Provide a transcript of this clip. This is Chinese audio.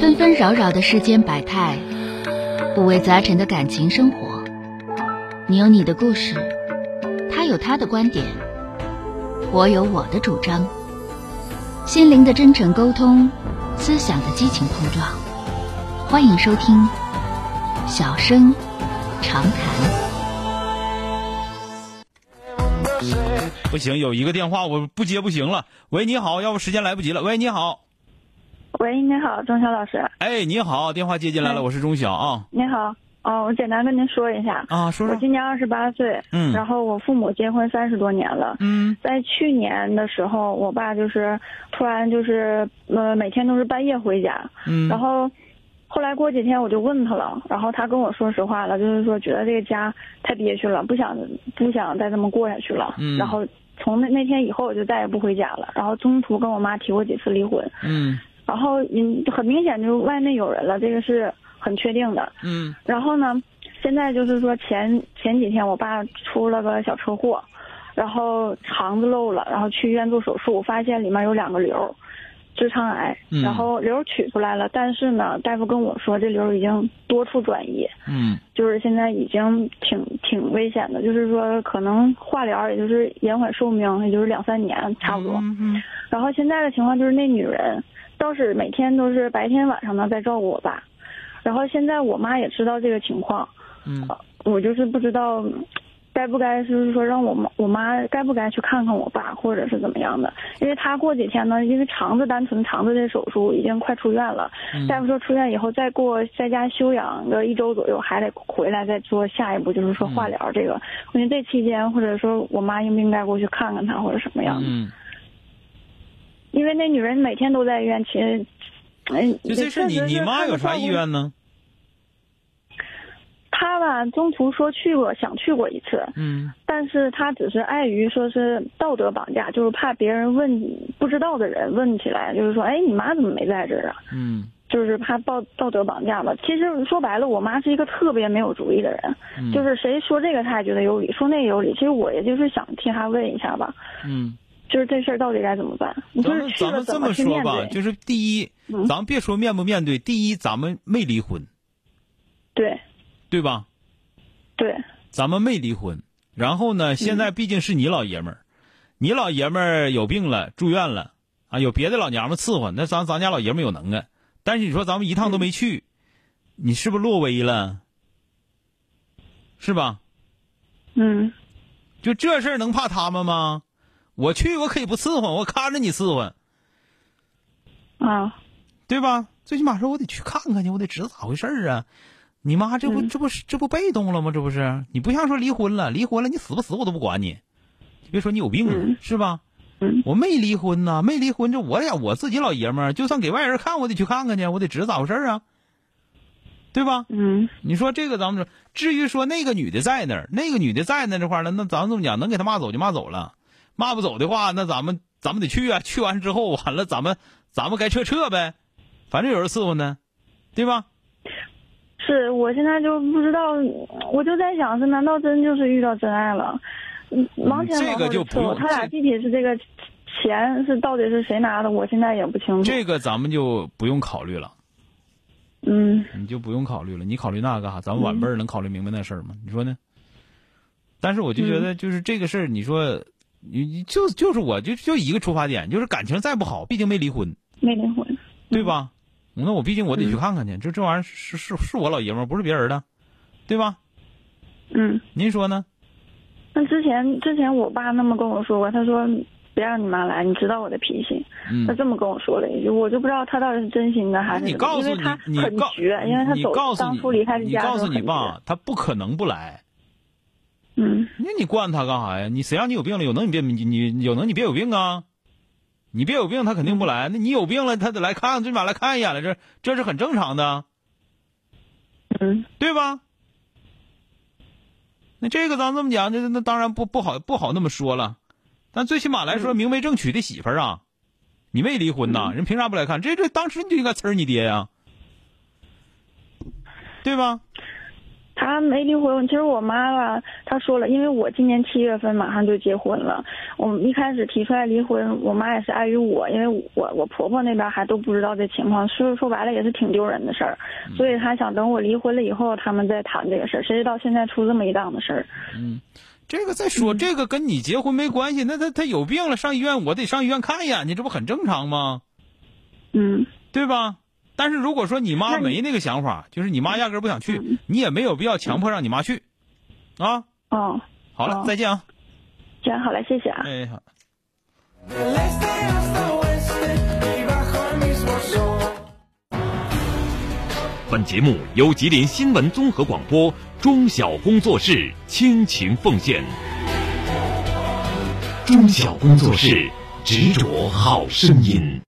纷纷扰扰的世间百态，五味杂陈的感情生活。你有你的故事，他有他的观点，我有我的主张。心灵的真诚沟通，思想的激情碰撞。欢迎收听《小声长谈》。不行，有一个电话我不接不行了。喂，你好，要不时间来不及了。喂，你好，喂，你好，钟晓老师。哎，你好，电话接进来了，哎我是钟晓啊你好，哦，我简单跟您说一下，啊，说我说，今年二十八岁，嗯然后我父母结婚三十多年了。嗯在去年的时候，我爸就是突然就是呃每天都是半夜回家，嗯，然后后来过几天我就问他了，然后他跟我说实话了，就是说觉得这个家太憋屈了，不想不想再这么过下去了。嗯然后从那那天以后我就再也不回家了，然后中途跟我妈提过几次离婚，嗯然后嗯很明显就是外面有人了，这个是很确定的。嗯然后呢，现在就是说前前几天我爸出了个小车祸，然后肠子漏了，然后去医院做手术，发现里面有两个瘤，直肠癌，嗯然后瘤取出来了，但是呢，大夫跟我说这瘤已经多处转移，嗯就是现在已经挺挺危险的，就是说可能化疗也就是延缓寿命，也就是两三年差不多。嗯然后现在的情况就是那女人倒是每天都是白天晚上呢在照顾我爸，然后现在我妈也知道这个情况，嗯我就是不知道嗯该不该就是说让我妈我妈该不该去看看我爸，或者是怎么样的，因为她过几天呢，因为肠子单纯肠子这手术已经快出院了，嗯大夫说出院以后再过在家休养个一周左右，还得回来再做下一步，就是说化疗这个，我觉得这期间或者说我妈应不应该过去看看她或者什么样的。嗯，因为那女人每天都在医院，其实，嗯，就这事儿你确实你是妈看有不啥上意愿呢？她吧，中途说去过，想去过一次，嗯但是她只是碍于说是道德绑架，就是怕别人问不知道的人问起来，就是说，哎，你妈怎么没在这儿啊？嗯就是怕道道德绑架吧。其实说白了，我妈是一个特别没有主意的人，嗯，就是谁说这个她也觉得有理，说那个有理。其实我也就是想替她问一下吧，嗯，就是这事儿到底该怎么办？你就咱是们去咱了们这怎么去说面吧，对？就是第一，嗯咱别说面不面对，第一咱们没离婚，对对吧？对，咱们没离婚。然后呢，现在毕竟是你老爷们儿，你老爷们儿有病了，住院了啊，有别的老娘们伺候，那咱咱家老爷们儿有能耐。但是你说咱们一趟都没去，你是不是落威了？是吧？嗯就这事儿能怕他们吗？我去，我可以不伺候，我看着你伺候，啊。对吧？最起码说我得去看看去，我得知道咋回事儿啊！你妈这不、嗯这不是这不被动了吗？这不是你不像说离婚了，离婚了你死不死我都不管你，别说你有病了、啊嗯是吧？嗯我没离婚呐、没离婚这我俩我自己老爷们儿，就算给外人看，我得去看看去，我得知道咋回事儿啊，对吧？嗯你说这个咱们说，至于说那个女的在那儿，那个女的在那这块儿了，那咱们这么讲，能给她骂走就骂走了，骂不走的话，那咱们咱们得去啊，去完之后完了，咱们咱们该撤撤呗，反正有人伺候呢，对吧？，是我现在就不知道，我就在想，是难道真就是遇到真爱了？嗯，忙前这忙个后就的不伺候用他俩这具体是这个钱是到底是谁拿的，我现在也不清楚。这个咱们就不用考虑了，嗯你就不用考虑了，你考虑那干啥？咱们晚辈儿能考虑明白那事儿吗？你说呢？但是我就觉得，就是这个事儿，你说，你你就就是我就就一个出发点，就是感情再不好，毕竟没离婚，没离婚。对吧？那我毕竟我得去看看去，这这玩意儿是是是我老爷们儿，不是别人的，对吧？嗯，您说呢？那之前之前我爸那么跟我说过，他说别让你妈来，你知道我的脾气。他嗯，这么跟我说了一句，我就不知道他到底是真心的还是你怎么告因诉为你他，你很告，绝，因为他你走告诉当你初离开这你家告就诉你很爸，他不可能不来。绝。嗯那你惯他干啥呀？你谁让你有病了？有能你别你你有能你别有病啊！你别有病，他肯定不来。那你有病了，他得来看，最起码来看一眼来，这这是很正常的，嗯对吧？那这个咱这么讲，那那当然不不好不好那么说了，但最起码来嗯说，明媒正娶的媳妇儿啊，你没离婚呐，人凭啥不来看？这这当时你就应该呲儿你爹呀、对吧？他没离婚。其实我妈吧，她说了，因为我今年七月份马上就结婚了，我们一开始提出来离婚，我妈也是碍于我，因为我我婆婆那边还都不知道这情况，说说白了也是挺丢人的事儿，所以她想等我离婚了以后，他们再谈这个事儿。谁知道现在出这么一档子事儿？这个再嗯说，这个跟你结婚没关系。那他他有病了，上医院我得上医院看一眼去，这不很正常吗？嗯，对吧？但是如果说你妈那你嗯没那个想法，就是你妈压根儿不想去，你也没有必要强迫让你妈去。啊，哦，好了，哦再见啊！行，好嘞，谢谢啊。哎，好。 Del este hasta oeste y bajo el mismo sol. 本节目由吉林新闻综合广播中小工作室倾情奉献。中小工作室执着好声音。